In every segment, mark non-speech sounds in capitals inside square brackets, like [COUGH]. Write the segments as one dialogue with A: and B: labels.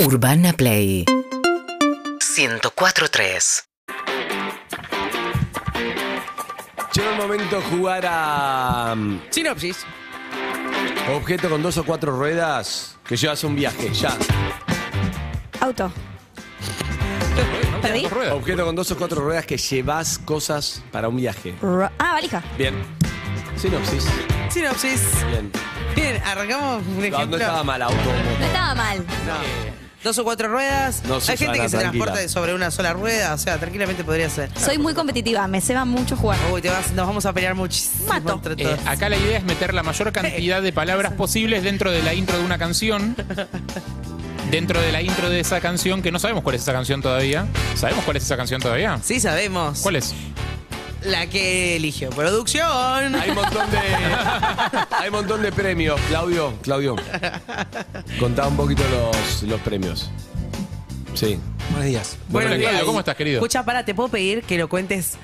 A: Urbana Play 104.3
B: Llega el momento de jugar a mm,
C: Sinopsis.
B: objeto con dos o cuatro ruedas que llevas a un viaje. Ya.
D: Auto. ¿Perdí?
B: Objeto con dos o cuatro ruedas que llevas cosas para un viaje.
D: Ro- ah, valija.
B: Bien. Sinopsis.
C: Sinopsis.
B: Bien.
C: Bien, arrancamos un
B: No, no
C: ejemplo.
B: estaba mal auto.
D: No estaba mal.
C: Dos o cuatro ruedas.
B: No,
C: Hay gente
B: Susana,
C: que se
B: tranquila.
C: transporta sobre una sola rueda. O sea, tranquilamente podría ser.
D: Soy muy competitiva, me ceba mucho jugar.
C: Uy, te vas- nos vamos a pelear muchísimo
D: Mato.
C: entre
E: Eh,
C: todos.
E: acá la idea es meter la mayor cantidad de palabras posibles dentro de la intro de una canción. Dentro de la intro de esa canción, que no sabemos cuál es esa canción todavía. ¿Sabemos cuál es esa canción todavía?
C: sí, sabemos.
E: ¿Cuál es?
C: La que eligió. Producción.
B: Hay un montón de. Hay un montón de premios. Claudio, Claudio. Contá un poquito los, los premios. Sí. Buenos días.
E: Bueno,
B: Buenos días.
E: Claudio, ¿cómo estás, querido?
C: Escucha, para, te puedo pedir que lo cuentes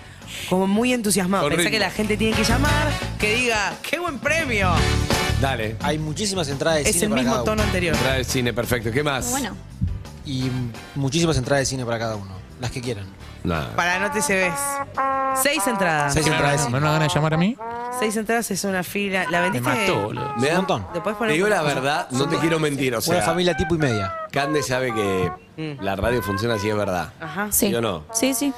C: como muy entusiasmado.
B: Con
C: Pensá
B: ritmo.
C: que la gente tiene que llamar, que diga, ¡qué buen premio!
B: Dale.
F: Hay muchísimas entradas de
C: Es
F: cine
C: el
F: para
C: mismo
F: cada
C: tono
F: uno.
C: anterior.
B: Trae el cine, perfecto. ¿Qué más?
D: Bueno,
F: Y muchísimas entradas de cine para cada uno. Las que quieran.
B: Nada.
C: Para no te se ves. Seis entradas.
F: Seis
E: ¿Me van a-
F: entradas de
E: me
F: cine.
E: van a ganas de llamar a mí?
C: Seis entradas es una fila. ¿La
E: Me
C: vendiste?
E: mató,
B: Me
E: boludo.
F: Es un
B: da-
F: montón.
C: ¿Te puedes
B: Te
C: poner
B: digo
C: un-
B: la verdad, no te quiero mentir. O sea,
F: Una familia tipo y media.
B: Cande sabe que
C: Mm.
B: la radio funciona si es verdad.
C: Ajá.
D: sí.
B: ¿Sí o no?
D: Sí, sí.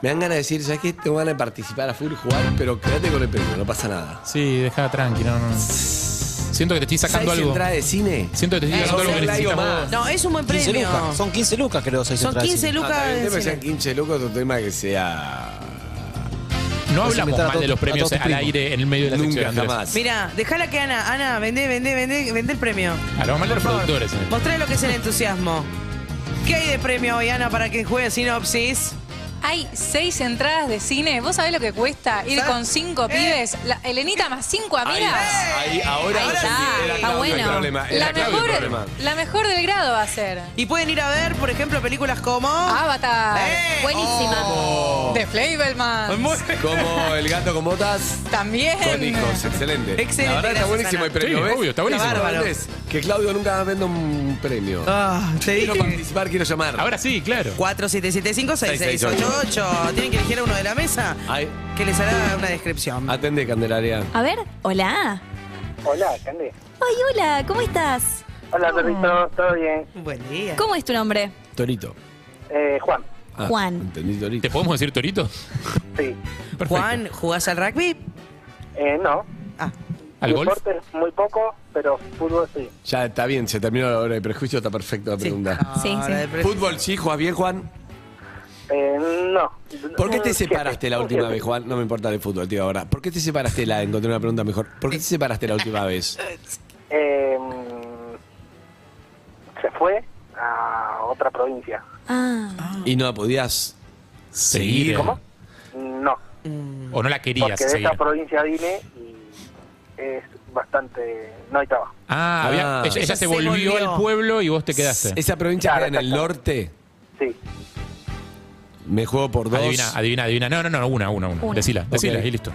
B: Me dan ganas de decir, ¿sabes qué? Tengo ganas de participar a full jugar, pero quédate con el premio, no pasa nada.
E: Sí, deja tranqui, no, no. Siento que te estoy sacando
B: ¿Sabes si
E: algo.
B: entrada de cine?
E: Siento que te estoy
B: Eh,
E: sacando algo
B: son
E: que
B: la
E: necesitas
B: idioma.
E: vos.
C: No, es un buen
F: 15
C: premio.
F: lucas. Son 15 lucas, creo, seis
C: Son
F: entradas de
C: 15
F: cine.
C: lucas.
B: Ah, el tema
C: de
B: es que sean
C: cine.
B: 15 lucas, otro tema que sea...
E: No
F: Vas a
E: hablamos
F: invitar a
E: mal de
F: todos-
E: los
F: a
E: premios
F: todos tus
E: al
F: primos.
E: aire en el medio de la
B: Nunca,
E: sección. Andrés.
B: jamás.
C: Mira, déjala que Ana, Ana, vendé, vendé, vendé, vendé el premio.
E: Hablamos mal de los productores. eh.
C: Mostré lo que es el entusiasmo. ¿Qué hay de premio hoy, Ana, para que juegue sinopsis?
G: Hay seis entradas de cine. ¿Vos sabés lo que cuesta ir
C: ¿Sabes?
G: con cinco
C: Eh.
G: pibes? La- Elenita más cinco
B: Ahí,
G: amigas.
B: ahí, ahora
C: Ahí
B: sí
C: está,
B: era
C: está
B: Claudio el
G: bueno.
B: problema. Era
G: La
B: Claudio el
G: mejor,
B: problema.
G: la mejor del grado va a ser.
C: Y pueden ir a ver, por ejemplo, películas como.
B: Ah.
E: Ah,
G: Avatar.
C: ¡Eh!
D: Buenísima.
B: Oh.
G: De Flavelman.
C: Muy-
B: Como el gato con botas,
G: También.
B: con hijos, excelente.
C: Excelente,
B: La verdad está
C: gracias,
B: buenísimo el
C: Ana.
B: premio,
E: Sí,
B: ¿ves?
E: obvio, está buenísimo.
B: Lo
C: Bárbaro.
B: importante es Que Claudio nunca venda un premio.
C: Ah, te
B: Quiero
C: dije.
B: participar, quiero llamar.
E: Ahora sí, claro.
C: 4775-6688. Tienen que elegir a uno de la mesa
B: Ay,
C: que les hará una descripción.
E: Ah.
B: atende, Candelaria.
D: A ver, hola.
H: Hola, Candy.
D: Ay, hola, ¿cómo estás?
H: Hola, perrito, ¿todo bien?
C: Buen día.
D: ¿Cómo es tu nombre?
B: Torito.
H: Eh, Juan,
B: Ah,
D: Juan.
B: Entendí, Torito.
E: ¿Te podemos decir Torito?
H: sí.
E: Perfecto.
C: Juan, ¿jugás al rugby?
H: Eh, no.
C: Ah,
E: ¿Al golf?
H: Deportes muy poco, pero fútbol sí.
B: Ya está bien, se terminó la hora de prejuicio, está perfecto la
C: sí.
B: pregunta.
C: [LAUGHS]
D: Sí, sí.
C: Ahora de pre-
B: Fútbol, sí, juegas bien, Juan.
H: Eh, no.
B: ¿Por qué te
H: Un
B: separaste
H: siete,
B: la
H: un
B: última
H: siete.
B: vez, Juan? No me importa de fútbol, tío, ahora. ¿Por qué te separaste la? Encontré una pregunta mejor. ¿Por qué te separaste la última vez?
H: Eh, mm, se fue a otra provincia.
D: Ah,
B: Y no la podías seguir.
E: ¿Cómo?
H: No.
E: ¿O no la querías
H: Porque de
E: seguir?
H: esa provincia vine y es bastante... No hay trabajo.
E: Ah, había-
B: Ah.
E: ella, ella
C: Ella se
E: se volvió,
C: volvió.
E: al pueblo y vos te quedaste.
B: Esa provincia
H: Claro,
B: queda en el norte.
H: Sí.
B: Me juego por dos.
E: Adivina, adivina, adivina. No, no, no, una, una, una.
D: Una.
E: Decila, decila
B: Ok.
E: y listo.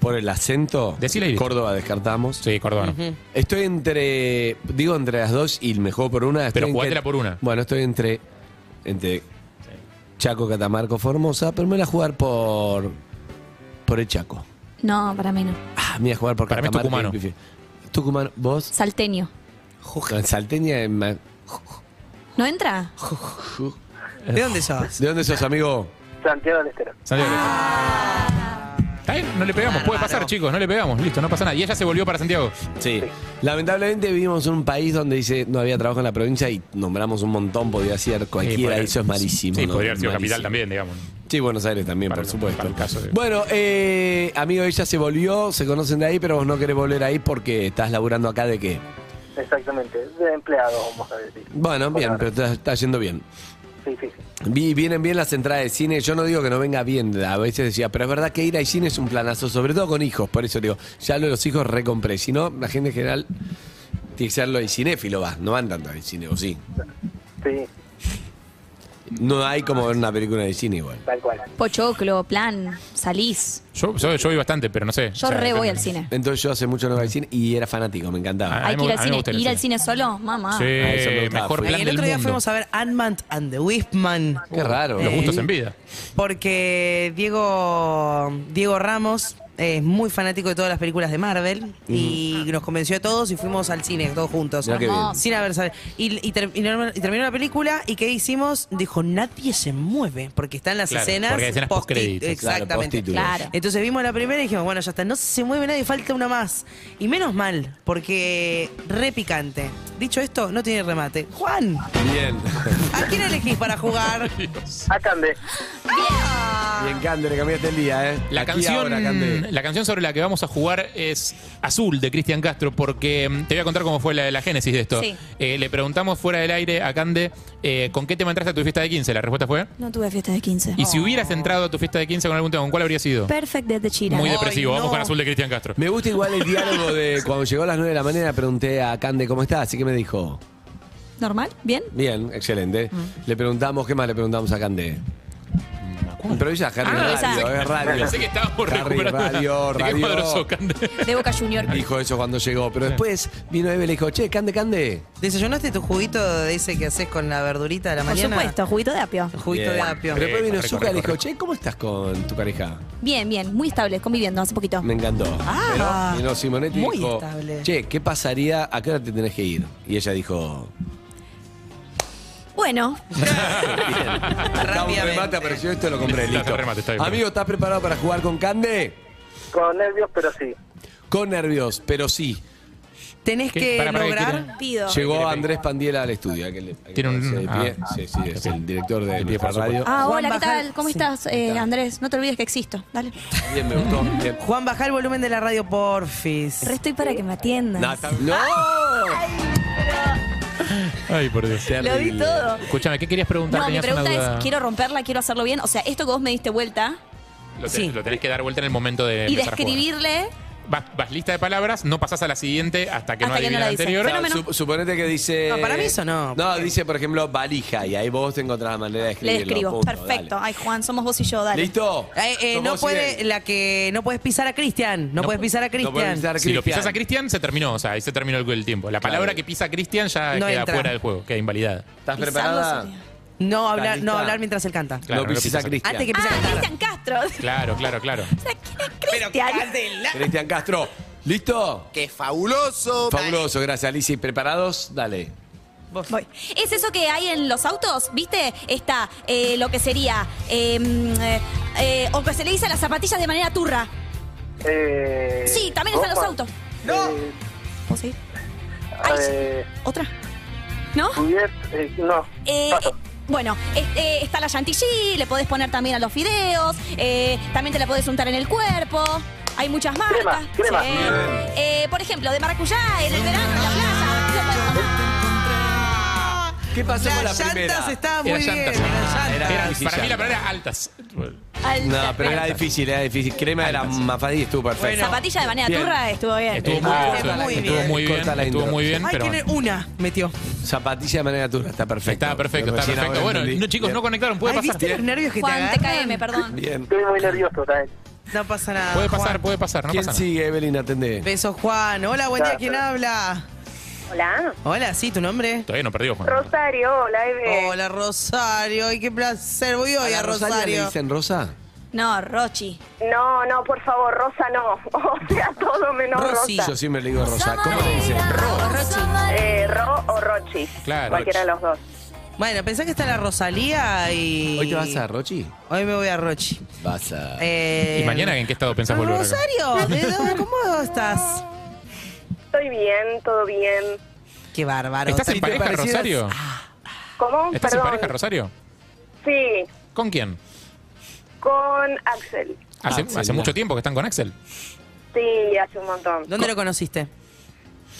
B: Por el acento.
E: Decila y listo.
B: Córdoba descartamos.
E: Sí, Cordón.
B: Estoy entre. Digo entre las dos y me juego por una. Estoy
E: Pero
B: en
E: jugátela
B: que-
E: por una.
B: Bueno, estoy entre. Entre Chaco, Catamarco, Formosa, pero me voy a jugar por. Por el Chaco.
D: no, para mí no.
B: Ah, me voy a jugar por
E: Para mí es
B: Catamarco.
E: tucumano.
B: y- Tucumano, vos.
D: Salteño.
B: En Salteña. en Ma-
D: ¿No entra?
C: ¿De dónde sos?
B: ¿De dónde sos, amigo?
H: Santiago del Estero.
E: Santiago del Estero. Está bien, no le
B: Ah,
E: pegamos. Puede pasar, chicos, no le pegamos. Listo, no pasa nada. Y ella se volvió para Santiago.
B: Sí. Lamentablemente vivimos en un país donde dice no había trabajo en la provincia y nombramos un montón, podía ser
E: Sí,
B: cualquiera,
E: podría-
B: eso es malísimo.
E: Sí,
B: ¿no?
E: podría haber sido
B: Malísimo.
E: capital también, digamos.
B: Sí, Buenos Aires también,
E: Para
B: por
E: el-
B: supuesto.
E: para el caso de-
B: Bueno, eh, amigo, ella se volvió, se conocen de ahí, pero vos no querés volver ahí porque estás laburando acá de qué.
H: Exactamente. De empleado, vamos a decir.
B: Bueno, bien, pero te está yendo bien.
H: Sí, sí, sí.
B: Vi- vienen bien las entradas de cine, yo no digo que no venga bien, a veces decía, pero es verdad que ir al cine es un planazo, sobre todo con hijos, por eso digo, ya lo de los hijos recompré, si no, la gente en general tiene que ser lo de cinéfilo, va, no van tanto al cine, o sí.
H: Sí.
B: No hay como ver una película de cine igual.
H: tal cual.
D: Pochoclo, plan, salís.
E: Yo, yo, yo voy bastante, pero no sé.
D: Yo
E: O sea,
D: re voy al
E: depende.
D: cine.
B: Entonces yo hace mucho no iba al cine y era fanático, me encantaba.
E: Ah,
D: Hay
E: mí
D: que
E: me-
D: ir al
E: a mí me
D: cine.
E: gusta ir al
D: Ir al
E: cine.
D: cine solo, mamá.
E: Sí,
B: Ah, eso me gustaba.
E: mejor
B: Fui.
E: plan
C: Y el
E: del
C: otro día
E: mundo.
C: fuimos a ver Ant-Man and the Whispman.
B: Qué raro.
E: Los
C: Eh,
E: gustos en vida.
C: Porque Diego, Diego Ramos es muy fanático de todas las películas de Marvel y nos convenció a todos y fuimos al cine todos juntos.
B: Mirá qué bien.
C: Sin haber sabido. Y, y ter- y normal- y terminó la película y ¿qué hicimos? Dijo, nadie se mueve porque están las
E: Claro,
C: escenas.
E: porque hay escenas
C: post-
E: postcréditos.
B: Claro,
C: Exactamente.
B: postítulos.
D: Claro.
C: Entonces vimos la primera y dijimos, bueno, ya está, no se mueve nadie, falta una más. Y menos mal, porque re picante. Dicho esto, no tiene remate. Juan,
B: Bien.
C: ¿a quién elegís para jugar?
H: Acande.
B: [LAUGHS] Bien, Cande, le cambiaste el día, ¿eh?
E: La
B: Aquí
E: canción,
B: ahora, Cande.
E: la canción sobre la que vamos a jugar es Azul de Cristian Castro, porque mm, te voy a contar cómo fue la, la génesis de esto.
D: Sí.
E: Eh, le preguntamos fuera del aire a Cande eh, con qué tema entraste a tu fiesta de 15. La respuesta fue.
D: No tuve fiesta de 15.
E: Y si hubieras entrado a tu fiesta de 15 con algún tema, ¿con cuál habría sido?
D: Perfect de The Chira.
E: Muy
C: Ay,
E: depresivo. Vamos
C: no.
E: con Azul de Cristian Castro.
B: Me gusta igual el diálogo de cuando llegó a las 9 de la mañana, pregunté a Cande cómo está, así que me dijo,
D: ¿Normal? ¿Bien?
B: bien, excelente. Le preguntamos, ¿qué más le preguntamos a Cande? Pero ella, Harry
D: Ah,
B: Radio,
D: esa.
B: es radio.
E: Pensé que estábamos
B: Harry
E: recuperando.
B: Radio,
E: ¿De qué
B: radio.
E: cuadro sos, Cande?
D: De Boca Junior.
B: Dijo eso cuando llegó, pero después vino Eve y le dijo, che, Cande, Cande.
C: ¿Desayunaste tu juguito de ese que haces con la verdurita de la
D: Por
C: mañana?
D: supuesto, juguito de apio.
C: Juguito de
B: Bien.
C: apio.
B: Pero después vino
E: Corre,
B: Zucca y le
E: corre,
B: dijo, che, ¿cómo estás con tu pareja?
D: Bien, bien, muy estable, conviviendo hace poquito.
B: Me encantó.
C: Ah.
B: Pero vino Simonetti y
C: Muy
B: dijo,
C: estable.
B: che, ¿qué pasaría? ¿A qué hora te tenés que ir? Y ella dijo,
D: Bueno,
B: Da un remate, apareció esto, lo compré,
E: Está,
B: listo.
E: remate, está bien.
B: Amigo, ¿estás preparado para jugar con Cande?
H: Con nervios, pero sí.
B: Con nervios, pero sí.
C: Tenés
E: ¿Qué?
C: que
E: Para, para, ¿qué quieren?
C: lograr.
D: pido.
B: Llegó Andrés Pandiela al estudio. hay que le- hay que
E: Tiene un-
B: ponerse de pie.
E: ah.
B: Sí, sí, es el director de Pie para Radio.
D: Ah,
C: Juan
D: hola, ¿qué
C: Bajal-
D: tal? ¿Cómo
C: sí.
D: estás, eh, Andrés? No te olvides que existo. Dale.
B: Ah. Bien, me gustó. bien.
C: Juan, baja el volumen de la radio, porfis.
D: Re estoy para que me atiendas.
B: No, está- ¡No!
E: Ay, por Dios.
D: Lo di
B: Terrible.
D: todo.
E: Escúchame, ¿qué querías preguntar?
D: No, mi
E: Tenías una
D: pregunta
E: duda.
D: es, quiero romperla, quiero hacerlo bien. O sea, esto que vos me diste vuelta
E: Lo, tenés,
C: Sí.
E: lo tenés que dar vuelta en el momento de.
D: y
E: empezar a jugar.
D: describirle.
E: Vas, vas lista de palabras, no pasás a la siguiente hasta que no
D: Hasta que
E: adivina
D: no la
E: la
D: dice.
E: anterior.
D: Fenómeno.
B: Sup- suponete que dice.
C: No, para mí eso no.
B: No, dice, por ejemplo, valija. Y ahí vos te encontrás la manera de
D: Le
B: escribirlo.
D: describo.
B: punto,
D: Perfecto.
B: dale.
D: Ay, Juan, somos vos y yo, dale.
B: ¿Listo?
C: Eh, eh, no
B: Somos
C: puede,
B: Irene.
C: la que no puedes pisar a Cristian. No,
E: No
C: puedes pisar a
B: No puede
C: Cristian.
B: pisar
E: Si lo pisás a
B: Cristian.
E: Cristian, se terminó. O sea, ahí se terminó el, el tiempo. La
B: Claro.
E: palabra que pisa Cristian ya
C: No
E: queda
C: entra.
E: fuera del juego, queda invalidada.
B: ¿Estás
D: Pisarlo
B: preparada?
D: sería-
C: no hablar,
B: lista.
C: no hablar mientras él canta.
E: Claro,
B: no
E: no
B: pisás a
E: pisás a-
B: Cristian.
C: Antes que empiece a
D: Ah,
C: cantar.
D: Cristian Castro. [LAUGHS] O
E: Claro, claro, claro.
D: sea, ¿quién es Cristian?
B: Cristian Castro. ¿Listo?
A: ¡Qué fabuloso!
C: eh.
B: Fabuloso, gracias, Alicia. ¿Preparados? Dale.
D: Voy. Es eso que hay en los autos, ¿viste? Está eh, lo que sería. eh, mm, eh, eh, o que se le dice a las zapatillas de manera turra.
H: Eh,
D: Sí, también están los
H: goma.
D: autos.
H: No.
D: ¿Puedo seguir? Ay,
H: Eh,
D: ¿Otra? ¿No?
H: cubierta, eh, no.
D: Eh,
H: Paso.
D: eh, bueno, eh, eh, está la chantilly, le podés poner también a los fideos, eh, también te la podés untar en el cuerpo. Hay muchas marcas.
H: crema.
D: Sí. Eh, por ejemplo, de maracuyá en el verano en la playa. lo podés tomar.
B: ¿Qué pasó con la
C: Las llantas
B: primera?
C: estaban muy
E: Era
C: bien.
E: llantas.
C: las llantas.
E: Ah, era-
B: Era
E: para
B: difícil.
E: mí la palabra era altas.
D: Al-
B: No, pero era difícil, era difícil. Crema era más fácil, estuvo perfecto.
D: Zapatilla de manera
B: Bien.
D: turra estuvo bien. Eh,
E: Estuvo muy,
B: Ah,
E: bien,
C: muy
E: estuvo
C: bien.
E: muy bien,
B: Corta la
E: estuvo
B: intro.
E: muy bien,
C: Ay,
E: pero
C: tiene una, metió.
B: Zapatilla de manera turra, está perfecto.
E: está perfecto, está
B: Recién
E: perfecto.
B: ahora
E: Bueno,
B: entendí.
E: no chicos,
B: Bien.
E: no conectaron, puede
C: Ay,
E: pasar.
C: ¿viste los nervios que
D: Juan,
C: te agarran?
D: TKM, perdón.
B: Bien.
H: Estoy
D: eh.
H: muy nervioso también.
C: No pasa nada.
E: Puede pasar,
C: Juan.
E: puede pasar, no
B: ¿Quién
E: pasa nada.
B: sigue, Evelyn? Atendé.
C: Besos, Juan. Hola, buen día.
H: Claro.
C: ¿Quién habla?
I: Hola.
C: Hola, sí, tu nombre.
E: Todavía no perdió, Juan.
I: Rosario, hola, Eve.
C: Hola, Rosario. Ay, qué placer. Voy hoy a,
B: la Rosalia le
C: Rosario.
B: dicen Rosa?
D: No, Rochi.
E: Oh.
I: No, no, por favor, Rosa no. [LAUGHS] O sea, todo menos
C: Rosy.
I: Rosa.
B: Yo siempre le digo Rosa. ¿Cómo le dicen?
D: Rochi.
I: Eh, Ro o Rochi.
E: Claro,
I: Cualquiera de los dos.
C: Bueno, pensá que está la Rosalía y.
B: ¿Hoy te vas a Rochi?
C: Hoy me voy a Rochi.
B: Vas a...
C: Eh,
E: ¿Y mañana en qué estado pensás volver? acá?
C: Rosario, ¿de dónde- ¿cómo estás?
I: Estoy bien, todo bien.
C: Qué bárbaro.
E: ¿Estás
B: Si
E: en
B: te
E: pareja,
B: parecieras-
E: Rosario?
I: ¿Cómo?
E: ¿Estás en
I: Perdón.
E: pareja, Rosario?
I: Sí,
E: ¿Con quién?
I: con Axel.
E: Hace,
B: Axel,
E: hace
B: no.
E: mucho tiempo que están con Axel.
I: Sí, hace un montón.
C: ¿Dónde lo conociste?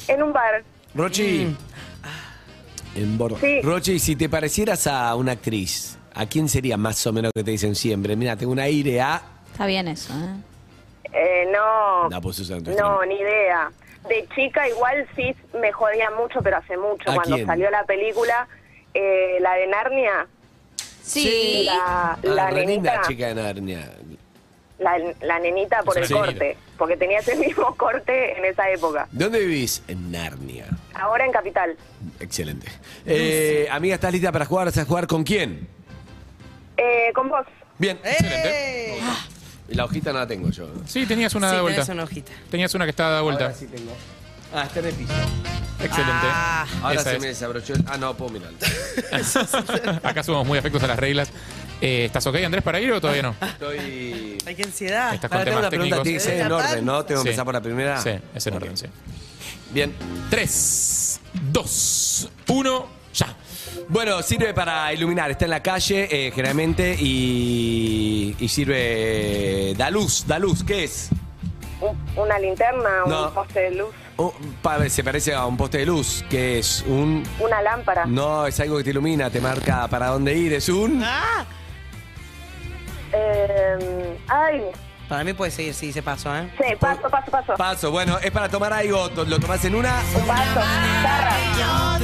I: En un bar.
C: mm.
B: Rochi. En Bordo.
I: Sí.
B: Rochi, si te parecieras a una actriz, ¿a quién sería más o menos que te dicen siempre? Mira, tengo un aire a...
D: Está bien eso, ¿eh?
I: Eh, no.
B: No, pues, Susan, tú
I: No,
B: estás-
I: ni idea. De chica igual sí me jodía mucho, pero hace mucho.
B: ¿A
I: Cuando
B: quién?
I: salió la película, eh, la de Narnia.
D: Sí.
I: La,
B: Ah,
I: la
B: re linda
I: nenita.
B: chica de Narnia.
I: La, la nenita por el
B: Sí.
I: corte. Porque tenías el [LAUGHS] mismo corte en esa época.
B: ¿Dónde vivís? En Narnia.
I: Ahora en Capital.
B: Excelente. Eh, amiga, ¿estás lista para jugar? ¿Sabes jugar con quién?
I: Eh, con vos.
B: Bien, excelente.
C: ¡Eh!
B: La hojita no la tengo yo.
E: Sí, tenías una
C: Sí,
E: de vuelta.
C: tenés una hojita.
E: Tenías una que estaba de vuelta.
B: Ahora sí tengo. Ah, está en el piso.
E: Excelente.
C: Ah.
B: Ahora
E: Esa
B: se
E: es. [LAUGHS]
B: me desabrochó el... Ah, no, puedo mirarlo.
E: Acá somos muy afectos a las reglas. Eh, ¿Estás ok, Andrés, para ir o
B: [LAUGHS]
E: todavía no?
B: Estoy...
C: Ay, qué ansiedad.
E: Estás con
B: Ahora tengo
E: temas
B: una pregunta,
E: técnicos.
B: tiene que ser en orden, ¿no? Tengo
E: Sí.
B: que empezar por la primera.
E: Sí, es en
B: Ok.
E: orden, sí.
B: Bien.
E: 3, 2, 1, ya.
B: Bueno, sirve para iluminar, está en la calle eh, generalmente y, y sirve... eh, Da luz, da luz, ¿qué es?
I: Un- una linterna,
B: No.
I: un poste de luz,
B: Oh, pa- se parece a un poste de luz, que es un...
I: una lámpara.
B: No, es algo que te ilumina, te marca para dónde ir, es un...
I: Eh, ay,
C: Para mí puede seguir, sí, ese paso, ¿eh?
I: sí, paso, paso, paso.
B: Paso, bueno, es para tomar algo, to- lo tomás en una...
I: Paso. Zarra.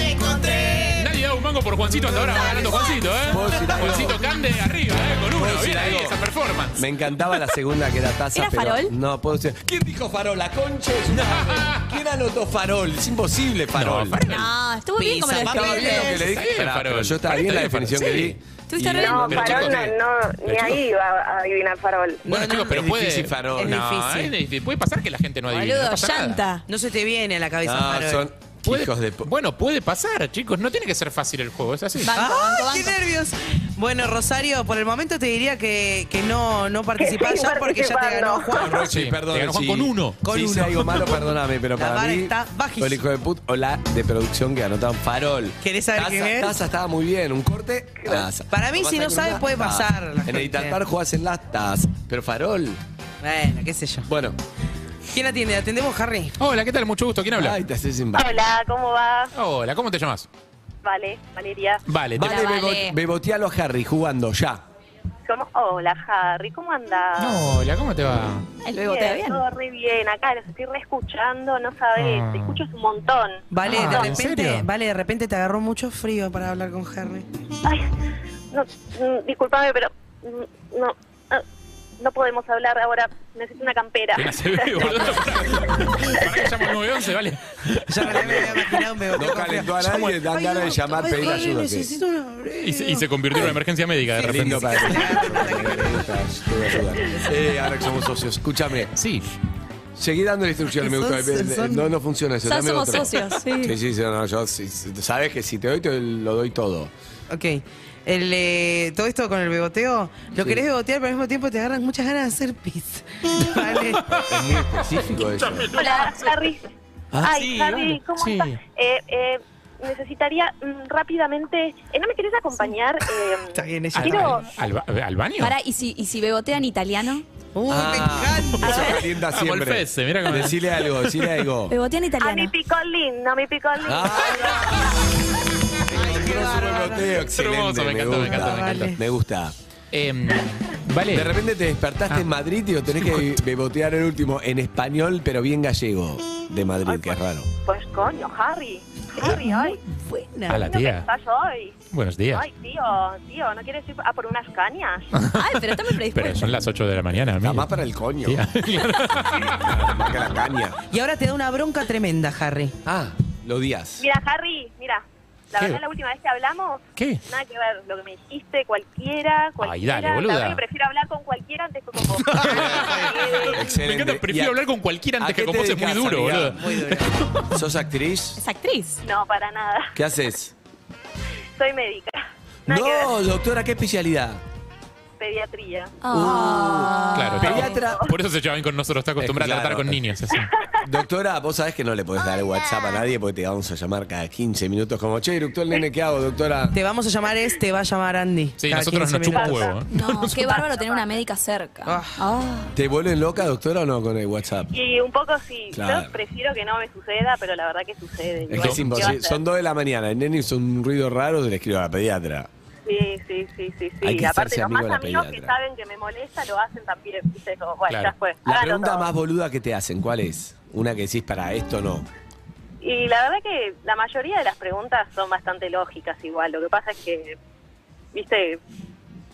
E: Nadie da un mango por Juancito hasta ahora, va ganando Juancito, ¿eh?
B: ¿Puedo decir algo?
E: Juancito Cande arriba, ¿eh? Con uno,
B: ¿Puedo decir
E: bien ahí
B: algo?
E: esa performance.
B: Me encantaba la segunda que era taza,
D: ¿Era
B: pero
D: farol?
B: no puedo decir. ¿Quién dijo farol? La concha es una madre. ¿Quién anotó farol? Es imposible farol.
E: No, farol.
D: No, estuvo bien como lo
C: Pizza,
B: Estaba bien lo
D: describiste.
B: que le
E: Está
B: dije.
E: bien,
B: Pará,
E: farol.
B: pero yo estaba
E: Pará,
B: bien
E: está
B: la
E: bien,
B: definición
E: farol.
B: que
E: Sí.
B: di.
D: Estuviste
B: Y-
D: re bien.
I: No,
E: Pero
I: farol
E: chicos,
I: no, no, ni
B: pero
I: ahí va a adivinar farol.
E: Bueno,
C: No,
E: chicos,
C: no,
E: pero
B: es
E: puede.
B: difícil, farol.
C: Es
E: no,
C: difícil.
E: es difícil. Puede pasar que la gente no adivine. no
D: Boludo,
E: pasa nada.
D: llanta.
C: No se te viene a la cabeza,
B: No,
C: Marvel.
B: Ah, son
E: Puede-
B: hijos de... po-
E: Bueno, puede pasar, chicos. No tiene que ser fácil el juego, es así.
D: Banco,
C: ¡Ay,
D: banco,
C: qué
D: banco.
C: nervios! Bueno, Rosario, por el momento te diría que, que no, no participás
I: Que sí,
C: ya porque ya te ganó
I: participando.
C: Juan.
B: Rochi,
E: Sí,
B: perdón.
E: te ganó Juan
B: si-
E: con uno.
B: si
E: Con
B: hice
E: uno.
B: algo
C: [LAUGHS]
B: malo, perdóname, pero
C: La
B: para
C: vara
B: mí...
C: está bajísima.
B: O el hijo de puta o la de producción que anotaban farol.
C: ¿Querés saber
B: taza,
C: quién es?
B: Taza estaba muy bien, un corte, taza.
C: Para mí,
B: Tomás
C: si no
B: algo en
C: sabe,
B: una
C: puede
B: taza.
C: pasar la
B: En
C: gente.
B: el Tatar jugás en las tazas, pero farol...
C: Bueno, qué sé yo.
B: Bueno,
C: ¿Quién atiende? ¿Atendemos Harry?
E: Hola, ¿qué tal? Mucho gusto. ¿Quién habla?
B: ay, te haces sin
I: Hola, ¿cómo va?
E: Hola, ¿cómo te llamas?
I: Vale, Valeria.
C: Ah,
E: Vale, te-
D: Hola,
B: Vale, bebo-
D: vale.
B: bebotealo a Harry jugando ya.
I: ¿Cómo? Hola, Harry, ¿cómo andás?
E: Hola, ¿cómo te va?
D: El bebo te da bien.
I: Todo re bien, acá los estoy reescuchando, no sabes,
E: Ah.
I: te escuchas un montón.
C: Vale,
E: Ah,
C: de
E: ¿en
C: repente,
E: serio?
C: vale, de repente te agarró mucho frío para hablar con Harry.
I: Ay, no, mm, disculpame, pero mm, no, ah, no podemos hablar ahora, necesito una campera.
E: Una
B: [LAUGHS]
E: CB, boludo. Para que llamo al 911, vale.
C: Ya me la había
B: [LAUGHS]
C: imaginado, me
B: No calentó a nadie, dan ganas de llamar, pedir ayuda. que-
C: Necesito una
E: Y, se- y se convirtió en una emergencia médica de
B: Qué
E: repente.
B: lindo para que- [LAUGHS] Te voy a ayudar. Eh, ahora que somos socios, escúchame.
E: Sí.
B: Seguí dando la
C: [LAUGHS]
B: instrucción, me gusta. Eh,
C: Son- son-
B: No, no funciona eso.
D: Ya
B: dame
D: somos
B: otro.
D: socios, sí.
B: Sí, sí, sí, no, yo, sí, sí, sabes que si te doy, te lo doy todo.
C: Ok. El, eh, todo esto con el beboteo, lo
B: Sí.
C: querés bebotear, pero al mismo tiempo te agarran muchas ganas de hacer pis. [LAUGHS] Vale.
B: Es muy específico eso.
I: [LAUGHS] Hola, Harry. Ay,
E: Ah, sí,
I: Harry,
E: vale.
I: ¿cómo
E: Sí.
I: estás? Eh, eh, necesitaría mm, rápidamente, eh, ¿no me querés acompañar? Eh,
C: Está bien, ella.
I: Quiero,
E: ¿Al, al, ba- al baño?
D: Pará, ¿y si, ¿y si bebotean italiano?
C: Uy,
B: Ah,
C: me encanta.
B: Eso calienta
E: Ah,
B: siempre.
E: Volfese, mira cómo-
B: Decile algo, decile
C: [LAUGHS]
B: algo.
D: Bebotean
I: A mi
D: italiano.
I: picolín, no mi picolín.
E: Ah.
B: Encontró su beboteo, excelente,
E: Hermoso, me encanta, me
B: gusta.
E: encanta, me encanta.
C: Vale.
B: Me gusta.
E: Em, vale.
B: De repente te despertaste
E: Ah.
B: en Madrid y tenés que bebotear el último en español, pero bien gallego de Madrid, que es raro.
I: Pues coño, Harry. Harry,
E: Ah,
I: ay.
E: A la
I: ¿Qué
E: tía.
I: estás hoy?
E: Buenos días.
I: Ay, tío, tío, ¿no quieres ir a por unas cañas?
D: Ay, [LAUGHS] pero está muy predispuesto.
E: Pero son las 8 de la mañana,
B: Nada más
E: amigo.
B: para el coño.
E: Tía. [LAUGHS]
B: Más que la caña.
C: Y ahora te da una bronca tremenda, Harry.
B: Ah, los días.
I: Mira, Harry, mira. La
E: ¿Qué?
I: verdad, la última vez que hablamos,
E: ¿Qué?
I: nada que ver. Lo que me dijiste, cualquiera, cualquiera.
E: dale, boluda.
I: La verdad que prefiero hablar con cualquiera antes que con vos.
B: [LAUGHS]
E: Me
B: Excelente.
E: encanta,
B: ¿Y a-
E: prefiero hablar con cualquiera
B: a
E: antes que
B: qué
E: con
B: te
E: vos, es muy
B: dedicas,
E: duro,
B: amiga?
E: boludo.
C: Muy duro.
E: [LAUGHS]
B: ¿Sos actriz?
D: Es actriz.
I: [LAUGHS] no, para nada.
B: ¿Qué haces?
I: Soy médica. Nada que ver.
B: No, doctora, ¿qué
I: [LAUGHS]
B: especialidad?
I: Pediatría.
D: Uh, Ah.
E: Claro,
B: Pediatra.
E: Por eso se llevan con nosotros, está acostumbrada a
B: Claro.
E: tratar con niños. Así.
B: Doctora, vos sabés que no le podés dar WhatsApp a nadie porque te vamos a llamar cada 15 minutos como, che, eructó el nene, ¿qué hago, doctora?
C: Te vamos a llamar este, va a llamar Andy.
E: Sí,
C: Cada
E: nosotros
C: 15
E: nos chupa un
C: minutos.
E: huevo. ¿eh?
D: No, qué bárbaro tener una médica cerca.
C: Ah.
D: Ah.
B: ¿Te vuelven loca, doctora, o no con el WhatsApp?
I: Y un poco sí.
B: Claro.
I: Yo prefiero que no me suceda, pero la verdad que sucede.
B: Es que
I: Igual,
B: es
I: ¿qué
B: imposible.
I: va a hacer?
B: Son 2 de la mañana, el nene hizo un ruido raro, se le escribo a la pediatra.
I: Sí, sí, sí, sí, sí.
B: Hay que
I: Aparte,
B: hacerse
I: los
B: amigo
I: más
B: de la
I: amigos que
B: pediatra.
I: saben que me molesta lo hacen también. Dices, como, bueno,
E: Claro.
I: ya fue.
B: La
I: háganlo
B: pregunta
I: todo.
B: más boluda que te hacen, ¿cuál es? Una que decís para esto no.
I: Y la verdad que la mayoría de las preguntas son bastante lógicas igual. Lo que pasa es que, viste,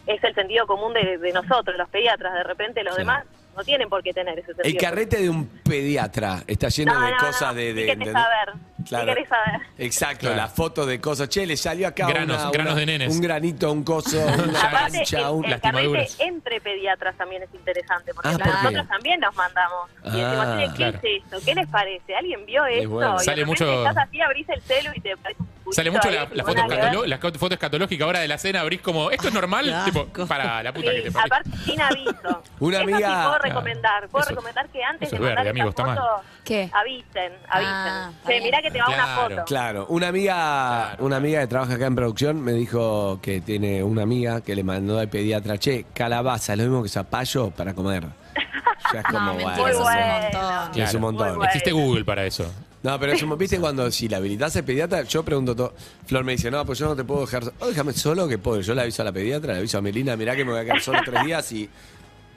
I: es el sentido común de, de nosotros, los pediatras. De repente los
B: Sí.
I: demás no tienen por qué tener ese sentido.
B: El carrete de un pediatra está lleno
I: No,
B: de
I: no,
B: cosas
I: no.
B: de.
I: ¿Qué
B: de-
I: querés
B: de-
I: saber? ¿Qué
B: Claro.
I: querés saber?
B: Exacto,
E: Claro.
B: las fotos de cosas. Che, le salió acá
E: Granos,
B: una-
E: granos
B: una-
E: de nenes.
B: un granito, un
I: [LAUGHS]
B: coso, una
I: Aparte, eh,
B: pancha,
I: el-
B: un-
I: el, carrete
E: lastimaduras.
I: entre pediatras también es interesante, porque
B: Ah, ¿por qué?
I: nosotros también nos mandamos. Y decimos,
B: Ah,
I: "Che, ¿qué
E: claro.
I: es esto? ¿Qué les parece? ¿Alguien vio
B: Es
I: esto?
B: bueno.
I: Y de
E: Sale
I: repente
E: mucho-
I: Estás así, abrís el celu y te parece un
E: Sale mucho
I: cuchito ahí,
E: la, la
I: sin
E: foto
I: nada que ver.
E: escatoló- la co- foto escatológica ahora de la cena, abrís como, ¿esto es normal?
C: qué
E: tipo,
C: asco.
E: para la puta que te
I: Sí,
E: parió.
I: aparte sin aviso.
B: Una
I: Eso sí
B: amiga-
I: puedo recomendar. Puedo
E: Eso-
I: recomendar que antes
E: eso
I: de
E: es
I: mandar
E: verde,
I: esa
E: amigo, está mal.
I: foto,
G: ¿Qué?
I: avisen, avisen.
D: Ah, está
I: Che,
D: bien.
I: mirá que te va una
E: Claro.
I: foto.
B: Claro, una amiga,
E: Claro.
B: una amiga que trabaja acá en producción me dijo que tiene una amiga que le mandó al pediatra, che, calabaza, es lo mismo que zapallo para
I: [LAUGHS]
B: comer. O sea, es como,
D: No, mentira,
B: bueno,
I: Muy
D: eso
I: bueno.
D: es un montón.
B: es un
E: Claro.
B: montón.
I: Muy bueno.
E: Existe Google para eso.
B: No, pero
I: [LAUGHS]
B: es un- viste cuando si la habilitas al pediatra, yo pregunto todo. Flor me dice, no, pues yo no te puedo dejar so- oh, déjame solo que puedo. Yo le aviso a la pediatra, le aviso a Melina, mirá que me voy a quedar solo tres días y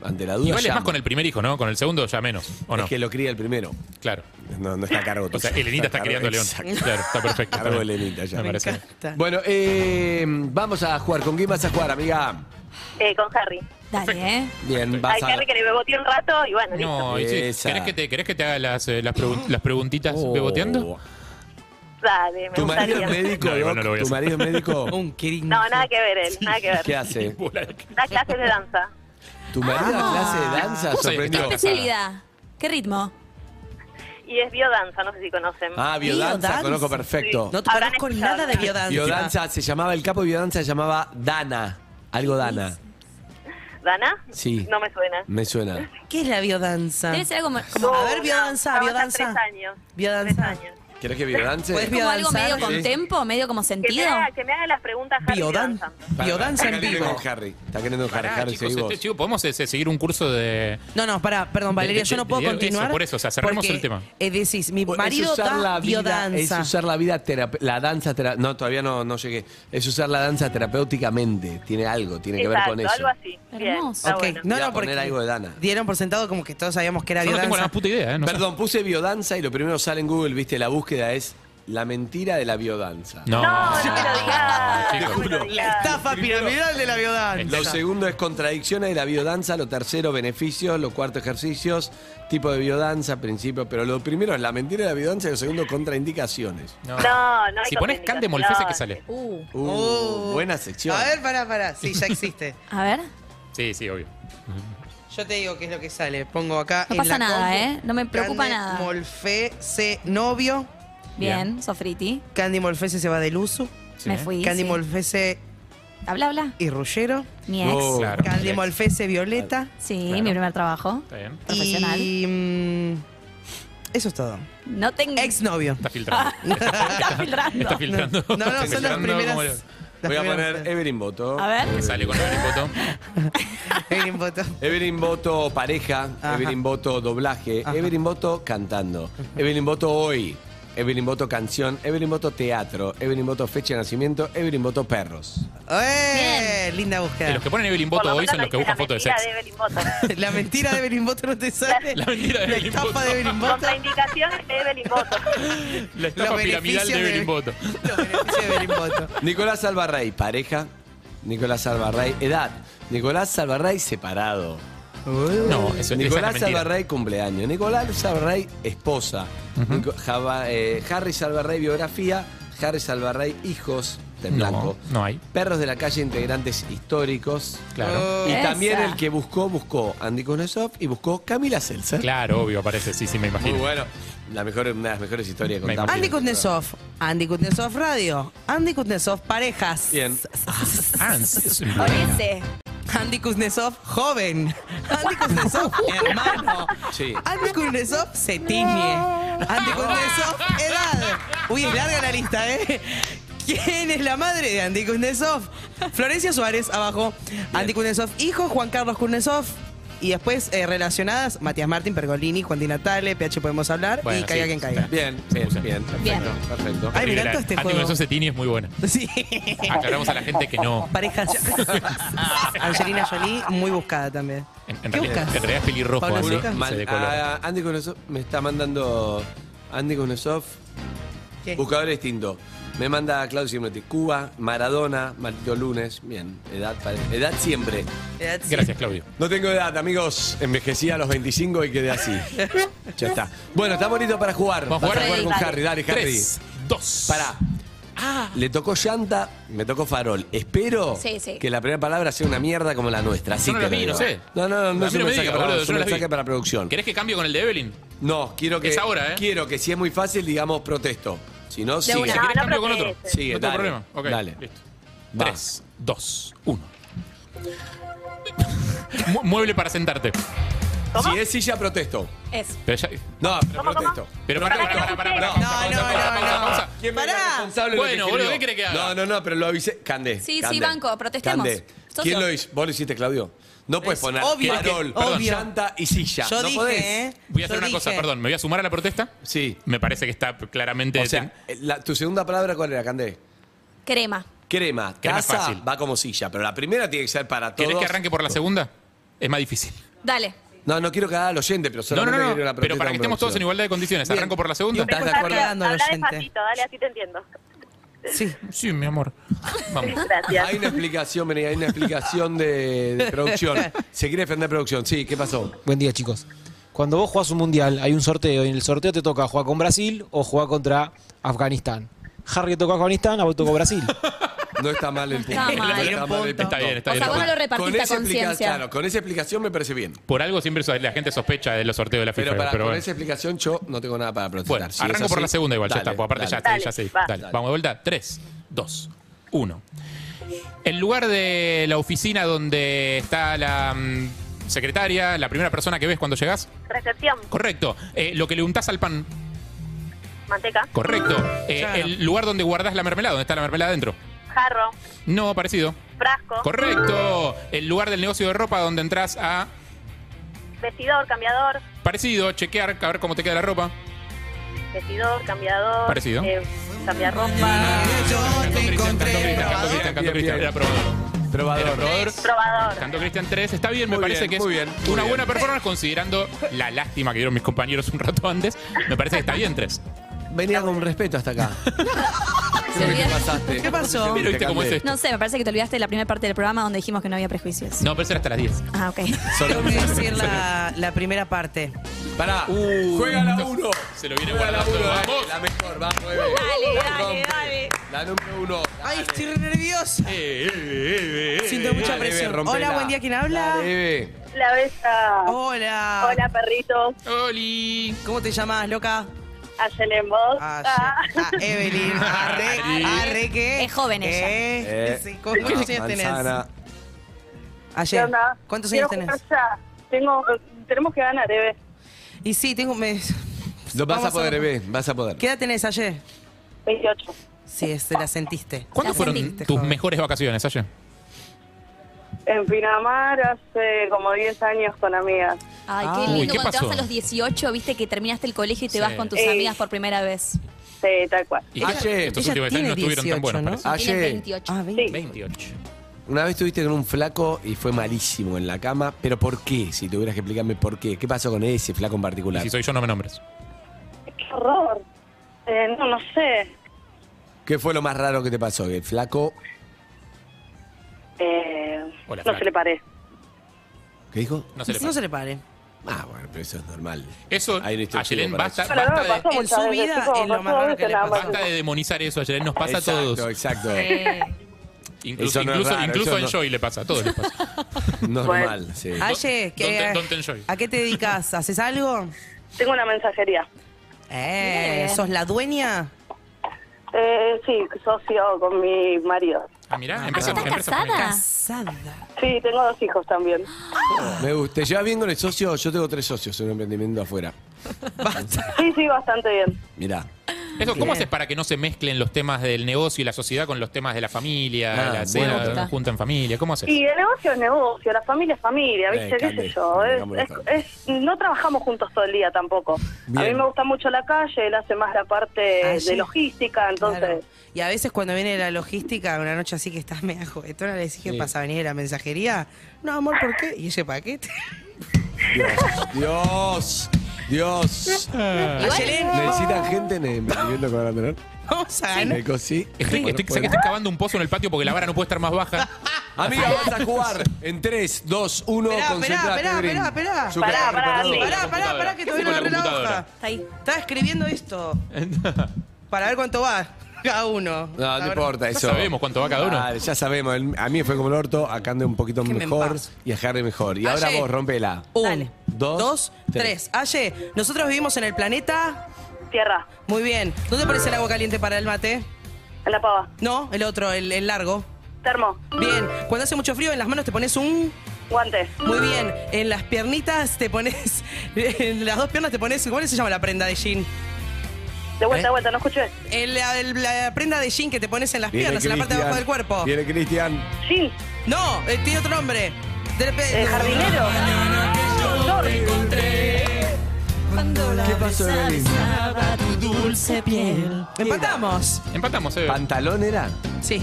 B: ante la duda.
E: Igual es
B: llamo.
E: más con el primer hijo, ¿no? Con el segundo ya menos, ¿o no?
B: Es que lo cría el primero.
E: Claro.
B: No, no está a cargo
E: O sea,
B: tuyo.
E: Elenita
B: a
E: está
B: cargo-
E: criando a León.
B: Exacto.
E: Claro, está perfecto.
B: Cargo
E: Está bien.
B: Elenita ya.
E: Me
C: Me
E: parece.
C: encanta.
B: Bueno, eh, vamos a jugar. ¿Con quién vas a jugar, amiga?
I: Eh, con Harry.
D: Dale, ¿eh?
B: Bien,
I: Ay,
B: vas a.
I: Harry que le beboteé un rato y bueno, listo.
E: No, y sí,
B: Esa.
E: ¿querés, que te, ¿querés que te haga las, eh, las, pregun- las preguntitas
B: Oh.
E: beboteando?
I: Dale, me
B: ¿Tu marido
I: gustaría.
B: es médico?
E: No, igual no lo voy a
B: Doc? ¿Tu
E: hacer.
B: marido es
I: [LAUGHS]
B: médico?
C: Un querido.
I: No, nada que ver él, nada que
B: ¿Qué
E: [LAUGHS]
I: ver.
B: hace?
I: Da clases de danza.
B: ¿Tu marido da clase
I: Ah.
B: de danza?
E: ¿Vos sabés que
B: Sorprendió.
E: está
D: ¿Qué especialidad? ¿Qué ritmo?
I: Y es biodanza, no sé si conocen.
B: Ah, biodanza,
C: Biodanza.
B: conozco perfecto.
C: No te
I: Habrán
C: conozco
I: escuchado.
C: nada de biodanza.
B: Biodanza se llamaba, el capo de biodanza se llamaba Dana. Algo Dana.
I: ¿Dana?
B: Sí. Mm.
I: No me suena.
B: Me suena.
C: ¿Qué es la biodanza?
D: Debe ser algo como, como-
I: No,
C: A ver, biodanza,
I: trabaja
C: biodanza.
I: tres años. Tres
C: Biodanza.
I: años.
B: ¿Querés que biodance?
C: Pues
D: como algo medio
C: biodanzar.
D: con
B: Sí.
D: tempo, medio como
I: Que me,
D: sentido.
I: haga, que me haga las preguntas Harry
C: Biodan-
I: biodanza.
C: Biodanza en
B: Está queriendo
C: vivo.
B: con Harry. Está queriendo con Harry.
E: Pará,
B: Harry,
E: chicos,
B: seguí vos.
E: este, chico, ¿podemos eh, seguir un curso de...?
C: No, no, pará, perdón, Valeria,
E: De- de-
C: yo no puedo
E: de- eso,
C: continuar.
E: por eso, o sea, cerremos
C: porque,
E: el tema.
C: eh, decís, mi
B: Es
C: marido
B: usar
C: da
B: la vida-
C: biodanza.
B: Es usar la vida, terap- la danza, tera- no, todavía no, no llegué. Es usar la danza terapéuticamente. Tiene algo, tiene que ver
I: Exacto,
B: con eso.
I: algo así. Bien,
D: Hermoso.
I: está
C: Ok,
I: bueno.
C: no,
B: Voy a
C: no, porque
B: poner algo de Dana.
C: dieron por sentado como que todos sabíamos que era
E: Yo no tengo
C: biodanza.
E: la más puta idea, ¿eh? No sé.
B: Perdón, puse biodanza y lo primero sale en Google, viste, la búsqueda es la mentira de la biodanza.
E: No,
I: No, no me lo
E: [LAUGHS]
I: digas.
E: Chicos.
I: no me lo
C: la
I: digas.
C: estafa piramidal de la biodanza.
B: Lo segundo es contradicciones de la biodanza, lo tercero beneficios, lo cuarto ejercicios, tipo de biodanza, principio, pero lo primero es la mentira de la biodanza y lo segundo contraindicaciones.
E: No.
I: No, no hay
E: Si pones Can de Molfese, ¿qué sale?
D: Uh,
B: Uh, buena sección.
C: Oh. A ver, pará, pará. Sí, ya existe.
D: a ver.
E: Sí, sí, obvio.
C: Yo te digo qué es lo que sale. Pongo acá.
D: No
C: en
D: pasa
C: la
D: nada,
C: compu,
D: ¿eh? No me preocupa
C: Candy
D: nada.
C: Molfé, C, novio.
D: Bien, Sofriti.
C: Candy Molfese se va del uso.
D: Me fui.
C: Candy
D: sí.
C: Molfese
D: Habla, habla.
C: y Rullero.
D: Mi ex.
B: Oh,
E: Claro.
C: Candy
E: Bien.
C: Molfese Violeta.
D: Sí,
E: Claro.
D: mi primer trabajo.
E: Está bien.
D: Profesional.
C: Y. mm, eso es todo.
D: No tengo.
C: Ex novio.
E: Está filtrando.
D: Está filtrando.
E: Está [LAUGHS] filtrando.
C: Ah, No, no,
E: Está
C: son las
E: filtrando
C: primeras.
E: como-
C: las
B: Voy a
C: primeras
B: poner
C: [LAUGHS]
B: Evelyn Boto. Eh,
D: A ver.
E: Que sale con el botón.
C: Evelyn Boto.
B: Evelyn Boto pareja,
C: Ajá.
B: Evelyn Boto doblaje, Evelyn Boto cantando, Evelyn Boto hoy, Evelyn Boto canción, Evelyn Boto teatro, Evelyn Boto fecha de nacimiento, Evelyn Boto perros.
C: ¡Eh! Linda búsqueda.
E: Los que ponen Evelyn
I: Por
E: Boto
I: lo
E: hoy
I: menos
E: son los que
I: dice
E: buscan
I: la
E: fotos de
I: mentira
E: sexo.
I: de Evelyn
C: [LAUGHS]
I: Boto.
C: La mentira de Evelyn Boto no te sale.
E: La mentira de
C: La
E: Evelyn
C: estafa
E: Boto.
C: de Evelyn Boto.
I: Contraindicaciones de
E: [LAUGHS]
I: Evelyn Boto.
E: La
C: Los
E: estafa piramidal
C: beneficios
E: de Evelyn Boto.
C: Los beneficios de Evelyn Boto.
B: Nicolás Alvarrey, pareja, Nicolás Alvarrey, edad, Nicolás Alvarrey separado,
E: No,
B: Nicolás
E: eso esa es mentira.
B: Alvarrey cumpleaños, Nicolás Alvarrey esposa, Nico- Java- eh, Harry Alvarrey biografía, Harry Alvarrey hijos, de blanco,
E: No, no hay.
B: perros de la calle integrantes históricos.
E: Claro.
B: Y
D: Esa.
B: también el que buscó, buscó Andy Konesov y buscó Camila Seltzer.
E: Claro, obvio, aparece. Sí, sí, me
B: Muy
E: imagino.
B: bueno. La mejor, una de las mejores historias que
E: Me
B: contamos.
C: Andy Kuznetsov. Andy Kuznetsov Radio. Andy Kuznetsov Parejas.
B: Bien.
E: Ah, sí, es un-
D: Con ese.
C: [LAUGHS] Andy Kuznetsov Joven. Andy Kuznetsov Hermano.
B: Sí.
C: Andy Kuznetsov se tiñe. Andy Kuznetsov Edad. Uy, es larga la lista, ¿eh? ¿Quién es la madre de Andy Kuznetsov? Florencia Suárez, abajo. Andy Kuznetsov Hijo, Juan Carlos Kuznetsov. Y después eh, relacionadas, Matías Martín, Pergolini, Juan Di Natale, PH Podemos Hablar
E: Bueno,
C: y Caiga
E: sí,
C: quien
E: [LAUGHS]
C: caiga.
B: Bien, bien, bien. Perfecto.
D: Bien.
B: perfecto.
C: Ay, me encanta
E: Anti-
C: este
E: Anti-
C: juego.
E: Anti- Cetini es muy buena.
C: Sí.
E: Aclaramos a la gente que no.
C: Parejas. Angelina Jolie, muy buscada también.
E: En, en
C: ¿Qué
E: realidad,
C: buscas?
E: en realidad es pelirrojo.
C: Pablo
E: así,
B: Uno,
C: Seca.
E: se
B: mal-
E: decolora.
B: ah, Andy Kuznetsov me está mandando Andy Kuznetsov.
C: ¿Qué?
B: Buscador distinto. Me manda Claudio Simonetti. Cuba, Maradona, Martito Lunes. Bien, edad, para- edad siempre.
E: Gracias, Claudio.
B: No tengo edad, amigos. Envejecí a los 25 y quedé así. ya está. Bueno, está bonito para jugar.
E: Vamos a
B: Vas
E: jugar.
B: con Harry. Dale, Harry.
E: Tres, Ah. dos.
B: Pará. Le tocó llanta, me tocó farol. Espero
D: Sí, sí.
B: que la primera palabra sea una mierda como la nuestra. Así
E: no
B: te
E: las
B: lo
E: vi, no
B: digo.
E: sé.
B: No, no, no,
E: A
B: no
E: mí
B: es un
E: no me
B: mensaje
E: digas,
B: para
E: boludo,
B: es
E: yo
B: un
E: no las
B: mensaje
E: vi.
B: para producción.
E: ¿Querés que cambie con el de Evelyn?
B: No, quiero que.
E: Es ahora, ¿eh?
B: Quiero que si es muy fácil, digamos protesto. Si no, sigue.
E: Si querés,
I: no
E: cambio con otro.
I: protestes.
B: Sigue,
E: no
B: dale.
E: tengo problema. Ok,
B: Dale.
E: listo.
B: Va.
E: Tres, dos, uno. Mu- Mueble para sentarte.
B: Si es silla, protesto.
D: Es.
E: Pero ya.
B: No, pero protesto. Ah,
E: Pero pará, pará, pará, pará, pará, pausa,
C: No,
E: pausa,
C: no,
E: pausa,
C: no,
E: pausa,
C: no.
E: pausa.
B: ¿Quién me
C: Pará.
B: haga responsable de lo que
E: Bueno, boludo,
B: escribió?
E: ¿qué querés que haga?
B: No, no, no, pero lo avisé. Candé.
D: Sí, sí,
B: Candé.
D: banco, protestemos.
B: Candé.
D: Socio.
B: ¿Quién lo hizo? ¿Vos lo hiciste, Claudio? No puedes poner
C: obvio que-
B: farol,
C: obvio.
B: llanta y silla.
C: Yo
B: no
C: dije,
B: podés.
C: ¿eh?
E: Voy a hacer
C: Yo
E: una cosa,
C: dije.
E: perdón. Me voy a sumar a la protesta.
B: Sí.
E: Me parece que está claramente.
B: O sea, eh, la- tu segunda palabra, ¿cuál era, Candé?
D: Crema.
B: Crema,
E: Crema es
B: taza,
E: fácil.
B: va como silla, pero la primera tiene que ser para todos.
E: ¿Querés que arranque por la segunda? Es más difícil.
D: Dale.
B: No, no quiero cagar al oyente, pero
E: No, no,
B: solamente
E: no.
B: quiero una
E: no, Pero para que estemos todos en igualdad de condiciones.
B: Bien.
E: Arranco por la segunda.
B: ¿Estás de
I: Disculpame,
B: acuerdo?
I: pero
C: Dando al
I: habla
C: oyente.
I: despacito, dale, así te entiendo.
C: Sí.
E: Sí, mi amor. Vamos.
I: Gracias.
B: Hay una explicación, vení, hay una explicación de, de producción. Se quiere defender producción. Sí, ¿qué pasó?
F: Buen día, chicos. Cuando vos jugás un mundial, hay un sorteo y en el sorteo te toca jugar con Brasil o jugar contra Afganistán. Harry tocó Afganistán, a vos tocó Brasil.
B: No está mal el punto.
D: Está mal.
B: No está mal el punto.
E: Está bien, está
D: O
E: bien.
D: sea, vos no lo
B: Con
D: repartiste a
B: esa, explica-
D: conciencia.
B: claro, con esa explicación me parece bien.
E: Por algo siempre la gente sospecha de los sorteos de la FIFA.
B: Pero, para, con
E: bueno.
B: esa explicación yo no tengo nada para protestar.
E: Bueno,
B: Si es
E: arranco por
B: así,
E: la segunda igual,
B: dale,
E: ya está. porque aparte ya
B: dale.
E: está,
I: dale,
E: ya sé.
I: va.
E: Dale, vamos de vuelta. Tres, dos, uno. El lugar de la oficina donde está la mm, secretaria, la primera persona que ves cuando llegas.
I: Recepción,
E: Correcto. Eh, lo que le untás al pan.
I: manteca,
E: Correcto.
B: Ah,
E: Eh,
C: Claro.
E: El lugar donde guardás la mermelada, donde está la mermelada adentro.
I: jarro,
E: No, parecido.
I: frasco,
E: Correcto. El lugar del negocio de ropa donde entras a.
I: vestidor, cambiador,
E: Parecido, chequear, a ver cómo te queda la ropa.
I: vestidor, cambiador,
E: Parecido.
I: eh, cambiarropa,
C: Yo te encontré.
E: Cristian, cantó Cristian,
B: Bien,
E: cantó
B: bien.
E: Cristian. Era probador. Era
B: Probador.
E: probador.
I: probador.
E: Cantó Cristian 3, está bien, me
B: Muy
E: parece
B: bien,
E: que es
B: muy bien, muy
E: una
B: bien.
E: buena performance considerando la lástima que dieron mis compañeros un rato antes. Me parece que está bien 3.
B: Venía con respeto hasta acá.
D: Se olvidó.
B: pasaste?
C: ¿Qué pasó?
E: Pero viste cómo es este. esto.
D: No sé, me parece que te olvidaste de la primera parte del programa donde dijimos que no había prejuicios.
E: No, pero será hasta las 10.
D: Ah, [LAUGHS] ok.
B: Solo-
C: Tengo que decir la, la primera parte.
B: Pará,
E: Uh.
B: juega la 1.
E: Se lo viene guardando, vamos.
B: La mejor, vamos, bebé.
D: Dale, dale,
B: Rompe.
D: dale.
B: La número 1.
C: Ay, estoy re nerviosa.
E: Eh, eh, eh, eh.
C: Siento mucha presión. Hola, buen día, ¿quién habla? Eh,
I: La besa.
C: Oh. Hola.
I: Hola, perritos.
E: eh. Oli.
C: ¿Cómo te llamas, loca?
I: Hacen en voz.
C: Ah,
I: Ah.
C: sí. Ah, Evelyn. Arre,
E: Ari.
C: arre que.
D: Es joven ella.
C: Eh, sí, ¿Cuántos años tenés?
I: ¿Qué
C: Ayer.
I: onda?
C: ¿Cuántos
I: Quiero
C: años tenés?
I: jugar ya. Tengo, tenemos que ganar, Eve.
C: Y sí, tengo. Me...
B: Lo vas
C: Vamos
B: a poder,
C: ver.
B: bebé, vas a poder.
C: ¿Qué edad tenés ayer?
I: 28.
C: Sí, se la sentiste.
E: ¿Cuándo
C: La
E: fueron
C: sentiste,
E: tus
C: joven.
E: mejores vacaciones, Ayer?
I: En Pinamar hace como 10 años con amigas.
D: Ay,
E: Ah.
D: qué
E: Uy,
D: lindo.
E: ¿qué
D: Cuando te
E: pasó?
D: vas a los 18, viste que terminaste el colegio y te
E: Sí.
D: vas con tus
B: Eh.
I: Ey.
D: amigas por primera vez.
I: Sí, tal cual.
E: Y
B: Ayer.
E: que estos
C: Ella
E: últimos
C: tiene
E: años no estuvieron
C: 18,
E: tan buenos.
C: ¿no?
E: parece.
D: Tú tienes
B: Ayer.
D: 28.
C: Ah,
I: Sí.
E: 28.
B: Una vez estuviste con un flaco y fue malísimo en la cama, pero ¿por qué? Si tuvieras que explicarme por qué. ¿Qué pasó con ese flaco en
E: Y
B: particular?
E: si soy yo, no me nombres.
I: Qué horror. Eh, no, no sé.
B: ¿Qué fue lo más raro que te pasó? El flaco,
I: Eh,
E: Hola,
I: no
E: Fran.
I: se le paré.
B: ¿qué dijo?
E: No se le
C: No
E: pasa.
C: se le pare.
B: Ah, bueno, pero eso es normal.
E: Eso,
B: Hay un instructivo
E: Ayelén,
B: para
E: basta,
B: eso.
I: Pero no me
E: basta,
I: pasó
E: de,
C: en
I: muchas
C: su
I: veces,
C: vida,
I: chicos,
C: es lo
I: pasó
C: más raro
I: veces
C: que le
I: nada más.
E: basta de demonizar eso, Ayelén. Nos pasa
B: exacto,
E: a todos.
B: Exacto,
E: Incluso,
B: Eso no es
E: incluso,
B: raro,
E: incluso
B: eso
E: en
B: no-
E: Joy le pasa, a todos les pasa.
B: Normal, sí.
C: Ah. Aye, ¿qué-
E: don't- don't enjoy.
C: ¿a qué te dedicas? ¿Haces algo?
I: Tengo una mensajería.
C: Eh,
D: Bien.
C: ¿Sos la dueña?
I: Eh, sí, socio con mi marido.
E: Ah, mirá,
D: Ah,
E: empresa,
D: ¿estás
E: empresa
D: casada?
C: Casada.
I: Sí, tengo dos hijos también.
B: Me gusta. ¿Te llevas bien con el socio? Yo tengo tres socios en un emprendimiento
C: [LAUGHS]
B: afuera.
I: Sí, sí, bastante bien.
B: Mirá.
E: Eso, ¿cómo
C: Bien.
E: haces para que no se mezclen los temas del negocio y la sociedad con los temas de la familia,
B: Ah,
E: la
B: buena
E: cena,
B: pregunta.
E: junta en familia? ¿Cómo haces?
I: Y el negocio es negocio, la familia es
E: Eh,
I: familia,
B: Me
I: ¿viste? ¿Qué
B: encanta.
I: sé yo?
B: Me
I: Es-
B: encanta, me
I: es-
B: encanta.
I: es- no trabajamos juntos todo el día tampoco. A mí
B: Bien.
I: me gusta mucho la calle, él hace más la parte
C: Ah, sí.
I: de logística, entonces...
C: Claro. Y a veces cuando viene la logística, una noche así que estás media juguetona, le decís que
B: Sí.
C: pasa a venir a la mensajería. No, amor, ¿por qué? Y ese paquete.
B: Dios. Dios. Dios.
C: Ayelén,
B: Necesitan gente en el emprendimiento que van a tener.
C: vamos a ganar.
B: Me cosí.
E: Ah, Estoy,
B: Bueno, pues,
E: estoy- sé que
B: pueden-
E: estoy cavando un pozo en el patio porque la vara no puede estar más baja.
B: Amiga, vas a jugar en 3, 2, 1,
C: Esperá,
B: concentrate.
C: esperá,
B: Green.
C: esperá, esperá.
B: Zucker,
I: Pará, pará,
B: perdón.
I: Andy.
C: Pará, pará, pará, que
E: ¿Qué
C: todavía no
E: hace
C: agarré
E: con la
C: la hoja.
E: computadora?
D: Está ahí.
C: Estaba escribiendo esto para ver cuánto va cada uno.
B: No, no importa
E: Ya
B: eso.
E: sabemos cuánto va cada uno.
B: Ah, ya sabemos. El- A mí me fue como el orto, acá andé un poquito
C: Déjenme en
B: mejor
C: paz.
B: y a Harry mejor. Y ahora
C: Ayer.
B: vos rompela.
C: Un,
D: Dale.
B: Dos,
C: dos,
B: tres.
C: tres. Aye, nosotros vivimos en el planeta.
I: Tierra,
C: Muy bien. ¿Dónde aparece el agua caliente para el mate?
I: en la pava,
C: No, el otro, el, el largo.
I: termo,
C: Bien. Cuando hace mucho frío, en las manos te pones un.
I: guantes,
C: Muy bien. En las piernitas te pones. [LAUGHS] En las dos piernas te pones. ¿Cómo se llama la prenda de jean?
I: de
C: ¿Eh?
I: vuelta, de vuelta, no escuché.
C: El- la, el- la prenda de jean que te pones en las
B: Viene
C: piernas, en la parte de abajo del
B: Cristian.
C: cuerpo.
B: Viene Cristian.
I: Gil,
C: No, eh, tiene otro nombre. De repente-
I: eh, jardinero, short,
B: ¿Qué pasó, Evelyn?
C: Empatamos.
E: Empatamos, eh.
B: ¿Pantalón era?
C: Sí.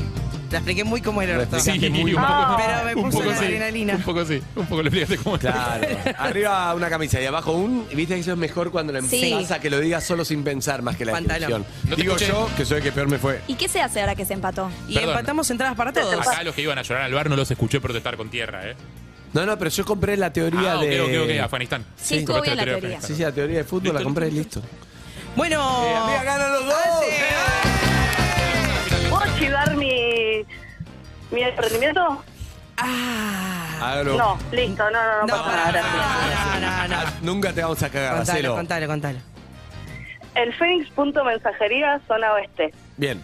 C: La expliqué muy cómo era el
B: Lo
C: orto.
B: explicaste muy
E: un
B: mal.
E: poco-
C: Pero me
E: un
C: puso
E: poco
C: la
E: sí,
C: adrenalina.
E: Un poco sí, un poco lo explicaste como
B: Claro. Arriba una camisa y abajo un. Y viste que eso es mejor cuando la
D: Sí.
B: empezás a que lo digas solo sin pensar más que la
C: Pantalón.
B: descripción.
E: No te
B: Digo
E: escuché.
B: yo que soy el que peor me fue.
D: ¿Y qué se hace ahora que se empató?
C: Y
E: Perdón.
C: empatamos entradas para todos.
E: Acá los que iban a llorar al bar no los escuché protestar con tierra, ¿eh?
B: No, no, pero yo compré la teoría
E: Ah, ok,
B: de.
E: ok, ok, Afganistán.
D: Sí, estuvo bien
E: Compraste
D: la
E: de
D: teoría.
B: Sí,
E: Afganistán.
B: sí, la teoría de fútbol la compré y listo.
C: Bueno.
B: Eh, amiga, ganan los dos.
I: ¿puedo chivar mi, mi emprendimiento?
B: Hágalo.
I: No, listo, no, no, no,
C: ah. No,
I: pasa
C: pará,
I: nada, gracias.
C: no, no, no, no.
B: Ah, Nunca te vamos a cagar,
C: Contalo,
B: hacelo.
C: contalo, contalo.
I: El Fénix punto mensajería zona oeste.
B: Bien.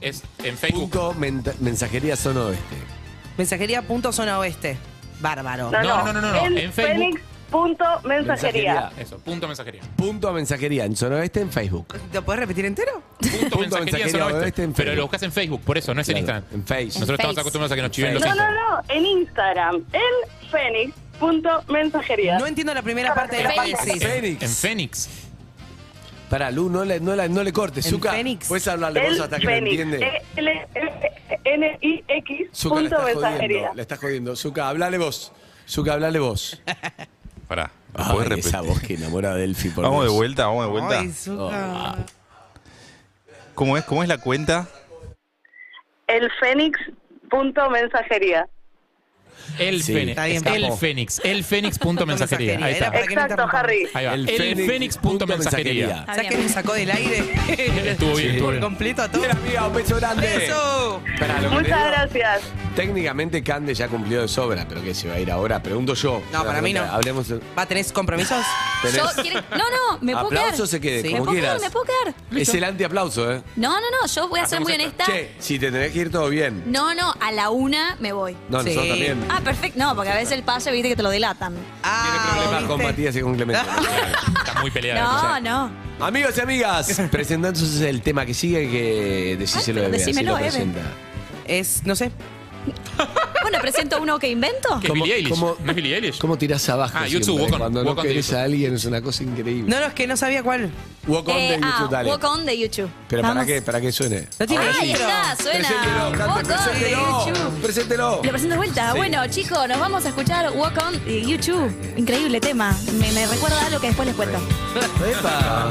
E: Es en Facebook.
B: Punto menta- mensajería zona oeste.
C: Mensajería punto zona oeste. Bárbaro.
I: No,
E: No,
I: no,
E: no, no, no, no,
I: El
E: en Facebook.
I: Fénix punto mensajería.
E: Eso, punto mensajería.
B: Punto mensajería en zona oeste en Facebook.
C: ¿Lo podés repetir entero?
E: Punto mensajería zona oeste.
B: oeste este en
E: Pero
B: Facebook.
E: lo buscas en Facebook, por eso, no es en
B: Claro,
E: Instagram.
B: en Face.
E: Nosotros estamos
D: Face.
E: acostumbrados a que nos chiven los
I: No, no,
E: Instagram.
I: no, en Instagram. El Fénix punto mensajería.
C: No entiendo la primera parte de la
D: Fénix.
E: En-
C: paresis.
B: Fénix.
E: En Fénix.
B: Pará, Lu, no le, no la- no le cortes,
C: En
B: Zuka.
C: Fénix.
B: Puedes hablarle vos
I: el
B: hasta que lo
I: Fénix. e,
B: entiende.
I: N-I-X
B: Zuka, le
I: punto
B: estás
I: mensajería.
B: jodiendo. Le estás jodiendo. Zuka, hablale vos. Zuka, hablale vos.
A: [LAUGHS] Pará, ¿me
B: Ay,
A: podés repetir?
B: esa voz que enamora a Delphi. Ah, Por
A: Vamos de
B: Dios.
A: vuelta, vamos de vuelta.
C: Ay,
D: Oh,
C: Zuka.
D: ah.
A: ¿Cómo es? ¿Cómo es la cuenta?
I: El Fénix punto mensajería.
E: El
B: Sí,
E: Fénix.
C: está bien,
E: el
C: papo.
E: Fénix. El Fénix punto mensajería. Ahí
C: Era
E: está.
C: para que no
I: Exacto,
C: interrumpa.
I: Harry.
E: Ahí va. El, Fénix punto mensajería.
D: Está
C: ¿Sabes que
D: bien.
C: me sacó del aire?
E: Estuvo bien, estuvo
C: Por
E: bien.
C: completo a todo.
B: Bien, amiga, un beso grande.
C: ¡Eso!
B: Pará, lo que te
I: Muchas
B: digo,
I: gracias.
B: Técnicamente Cande ya cumplió de sobra, pero que se va a ir ahora, pregunto yo.
C: No, para mí no.
B: Hablemos.
C: ¿Va, tenés compromisos?
B: tenés-
D: Yo, ¿quieren- No, no, me puedo quedar.
B: Aplauso se quede,
C: Sí.
D: ¿Me
B: como
D: puedo quedar?
B: quieras.
D: ¿Me puedo quedar?
B: Es el antiaplauso, ¿eh?
D: No, no, no, yo voy a ser
E: Hacemos
D: muy honesta.
E: esta.
B: Che, si te tenés que ir todo bien.
D: No, no, a la una me voy.
B: No,
C: Sí.
B: nosotros también.
D: Ah, perfecto. No, porque a veces el pase, viste que te lo delatan.
C: Ah,
B: Problemas con
C: ¿viste?
B: Matías y con Clemente.
E: Está muy
D: No,
E: peleado.
D: no.
B: Amigos y
E: [LAUGHS]
B: amigas, presentando entonces el tema que sigue que decíselo
D: Ay,
B: de
D: pero
B: Bea, si
D: Ah, decímelo,
B: lo
D: Eve.
B: presenta.
C: Es, no sé.
D: Bueno, presento uno que invento.
E: ¿Qué es Billie Eilish? ¿No es Billie Eilish?
B: ¿Ccómo tirás abajo?
E: Ah, YouTube,
B: siempre?
E: Walk On,
B: Cuando
E: Walk
B: no
E: On de
B: querés
E: YouTube.
B: a alguien es una cosa increíble.
C: No, no, es que no sabía cuál.
B: Walk on de
D: Eh, ah,
B: YouTube, dale.
D: Walk on de YouTube.
B: Pero
D: Vamos.
B: para qué, para qué suene.
C: No tiene
D: Ahí
C: intro.
D: está, suena.
B: Preséntelo, Cande,
D: Walk on de
B: preséntelo.
D: YouTube.
B: Preséntelo.
D: Lo presento de vuelta. Bueno, chicos, nos vamos a escuchar Walk on de YouTube. Increíble tema. Me, me recuerda a algo que después les cuento.
B: Epa.